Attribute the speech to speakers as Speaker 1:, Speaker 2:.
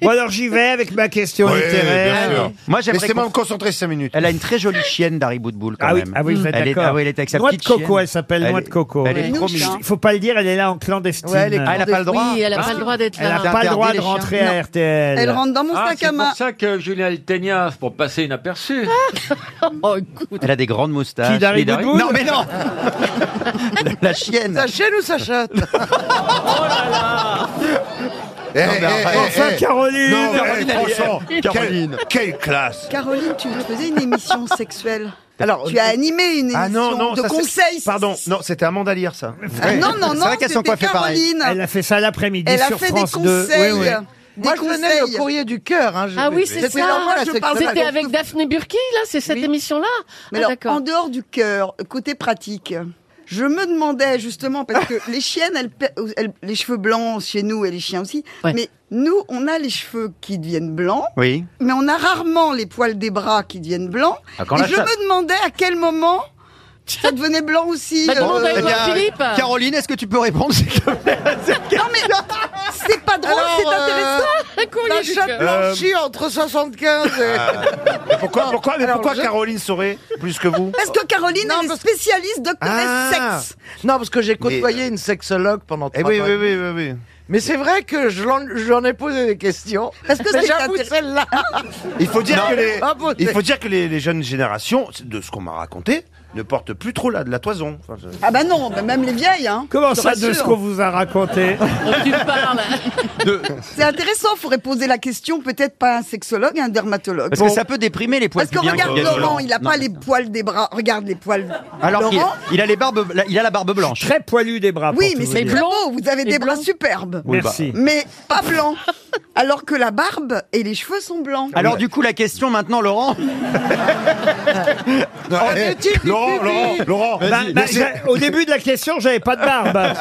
Speaker 1: Bon alors j'y vais avec ma question
Speaker 2: Oui,
Speaker 1: littéraire. Ah
Speaker 2: bien sûr.
Speaker 1: Allez.
Speaker 3: Moi, j'aimerais
Speaker 2: Laissez-moi
Speaker 3: qu'on-
Speaker 2: me concentrer 5 minutes.
Speaker 3: Elle a une très jolie chienne d'Harry Bootbull quand
Speaker 1: Ah oui,
Speaker 3: même.
Speaker 1: ah oui, vous êtes
Speaker 3: elle est,
Speaker 1: d'accord.
Speaker 3: ah oui, elle est avec sa
Speaker 1: Noix de
Speaker 3: petite
Speaker 1: coco,
Speaker 3: chienne.
Speaker 1: elle s'appelle Noix
Speaker 3: est-
Speaker 1: de coco.
Speaker 3: Elle est
Speaker 4: Nous,
Speaker 3: trop
Speaker 4: chien.
Speaker 3: mignonne.
Speaker 1: Il faut pas le dire, elle est là en clandestine.
Speaker 3: Ouais, elle est- Ah, elle a pas le droit.
Speaker 4: Oui, elle n'a
Speaker 3: Ah.
Speaker 4: pas le droit d'être
Speaker 1: Elle
Speaker 4: là.
Speaker 1: n'a pas le
Speaker 3: interdit
Speaker 1: droit de
Speaker 3: les chiens.
Speaker 1: rentrer à RTL.
Speaker 5: Elle rentre dans mon
Speaker 6: Ah,
Speaker 5: sac
Speaker 6: c'est
Speaker 5: à
Speaker 6: pour
Speaker 5: main.
Speaker 6: ça que Julien Altegna, pour passer inaperçu.
Speaker 4: Oh, écoute.
Speaker 3: Elle a des grandes moustaches.
Speaker 1: Qui, d'Harry
Speaker 3: Et
Speaker 1: Bootbull
Speaker 3: Non mais non La chienne
Speaker 5: Sa chaîne ou sa chatte
Speaker 2: Eh, eh,
Speaker 3: mais
Speaker 2: eh,
Speaker 3: enfin,
Speaker 2: eh,
Speaker 1: Enfin,
Speaker 2: eh.
Speaker 1: Caroline
Speaker 2: Non,
Speaker 3: Caroline,
Speaker 2: eh,
Speaker 3: elle est-
Speaker 2: franchement, quelle-
Speaker 3: Caroline.
Speaker 2: Quelle classe
Speaker 5: Caroline, tu faisais une émission sexuelle. Alors, tu as animé une émission
Speaker 2: Ah non, non,
Speaker 5: de
Speaker 2: ça, c'est-
Speaker 5: conseils.
Speaker 2: Pardon, non, c'était Amanda Lear, ça.
Speaker 5: Ah non, non,
Speaker 3: C'est
Speaker 5: non,
Speaker 3: vrai qu'elles sont
Speaker 5: c'était
Speaker 3: coiffées pareil.
Speaker 5: Caroline.
Speaker 1: Elle a fait ça l'après-midi
Speaker 5: Elle a
Speaker 1: sur
Speaker 5: fait des
Speaker 1: France 2.
Speaker 5: conseils.
Speaker 1: Oui, oui.
Speaker 5: Des
Speaker 7: Moi, je venais
Speaker 5: conseils.
Speaker 7: le courrier du cœur. hein, je-
Speaker 4: Ah oui, c'est
Speaker 7: C'était
Speaker 4: ça.
Speaker 7: normal, la
Speaker 4: je
Speaker 7: section-
Speaker 4: parle- C'était avec Daphné Burki, là, c'est cette
Speaker 7: Oui.
Speaker 4: émission-là. Ah,
Speaker 5: Mais alors, en
Speaker 4: d'accord.
Speaker 5: dehors du cœur, côté pratique, je me demandais justement, parce que les chiennes, elles, pe- elles- les cheveux blancs chez nous et les chiens aussi,
Speaker 4: Ouais.
Speaker 5: mais nous, on a les cheveux qui deviennent blancs,
Speaker 3: Oui.
Speaker 5: mais on a rarement les poils des bras qui deviennent blancs.
Speaker 3: Ah, quand
Speaker 5: et
Speaker 3: la
Speaker 5: je
Speaker 3: chatte-
Speaker 5: me demandais à quel moment ça devenait blanc aussi. euh,
Speaker 4: Bah, demande à
Speaker 3: Eh
Speaker 4: Edouard
Speaker 3: bien,
Speaker 4: Philippe.
Speaker 3: Caroline, est-ce que tu peux répondre s'il te plaît
Speaker 5: Non mais c'est pas drôle,
Speaker 7: Alors,
Speaker 5: c'est intéressant.
Speaker 4: Un courrier
Speaker 7: La
Speaker 4: du
Speaker 7: chatte
Speaker 4: cœur.
Speaker 7: blanchie entre 75 et...
Speaker 2: Mais Euh, pourquoi, pourquoi, mais
Speaker 7: Alors,
Speaker 2: pourquoi
Speaker 7: je-
Speaker 2: Caroline saurait plus que vous
Speaker 5: Parce que Caroline
Speaker 7: Non,
Speaker 5: elle est
Speaker 7: parce-
Speaker 5: spécialiste de
Speaker 7: Ah.
Speaker 5: sexe.
Speaker 7: Non, parce que j'ai
Speaker 2: Mais, euh,
Speaker 7: côtoyé une sexologue pendant
Speaker 2: Eh
Speaker 7: trois
Speaker 2: oui,
Speaker 7: ans.
Speaker 2: oui, oui, oui, oui.
Speaker 7: Mais c'est vrai que je l'en- je lui en ai posé des questions.
Speaker 5: Parce que
Speaker 7: Mais
Speaker 5: c'est
Speaker 7: j'avoue,
Speaker 5: intér-
Speaker 7: celle-là.
Speaker 2: Il faut dire que les,
Speaker 7: Ah, bon,
Speaker 2: il faut dire que les, les jeunes générations, de ce qu'on m'a raconté, ne portent plus trop la, de la toison. Enfin, je-
Speaker 5: Ah bah non, bah même les vieilles hein.
Speaker 1: Comment
Speaker 5: Je
Speaker 1: ça, de
Speaker 5: rassure.
Speaker 1: ce qu'on vous a raconté
Speaker 4: Tu parles.
Speaker 5: C'est intéressant, faudrait poser la question peut-être pas à un sexologue, à un dermatologue.
Speaker 3: Parce que ça peut déprimer les poils
Speaker 5: Parce que
Speaker 3: pubiens
Speaker 5: regarde
Speaker 3: qui viennent de
Speaker 5: Laurent, il a
Speaker 3: Non.
Speaker 5: pas les poils des bras. Regarde les poils.
Speaker 3: Alors qu'il
Speaker 5: Laurent-
Speaker 3: il a les barbes la- il a la barbe blanche.
Speaker 1: Très poilu des bras.
Speaker 5: Oui,
Speaker 1: pour
Speaker 5: mais
Speaker 1: tout
Speaker 5: c'est
Speaker 1: vous
Speaker 5: très
Speaker 1: dire.
Speaker 5: beau. Vous avez
Speaker 4: Et
Speaker 5: des bras
Speaker 4: blanc.
Speaker 5: superbes.
Speaker 3: Oui, bah.
Speaker 1: Merci.
Speaker 5: Mais pas blancs. Alors que la barbe et les cheveux sont blancs.
Speaker 3: Alors du coup la question maintenant Laurent
Speaker 2: Eh, Laurent, Laurent, Laurent,
Speaker 1: Bah, bah,
Speaker 2: laissez-
Speaker 1: j'ai- au début de la question, j'avais pas de barbe.